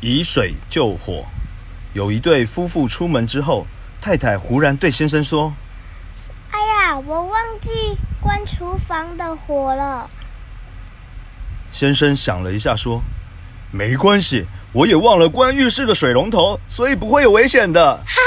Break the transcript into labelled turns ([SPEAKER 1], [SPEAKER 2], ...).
[SPEAKER 1] 以水救火。有一对夫妇出门之后，太太忽然对先生说
[SPEAKER 2] 哎呀，我忘记关厨房的火了。：“
[SPEAKER 1] 先生想了一下说，没关系，我也忘了关浴室的水龙头，所以不会有危险的。
[SPEAKER 2] 哈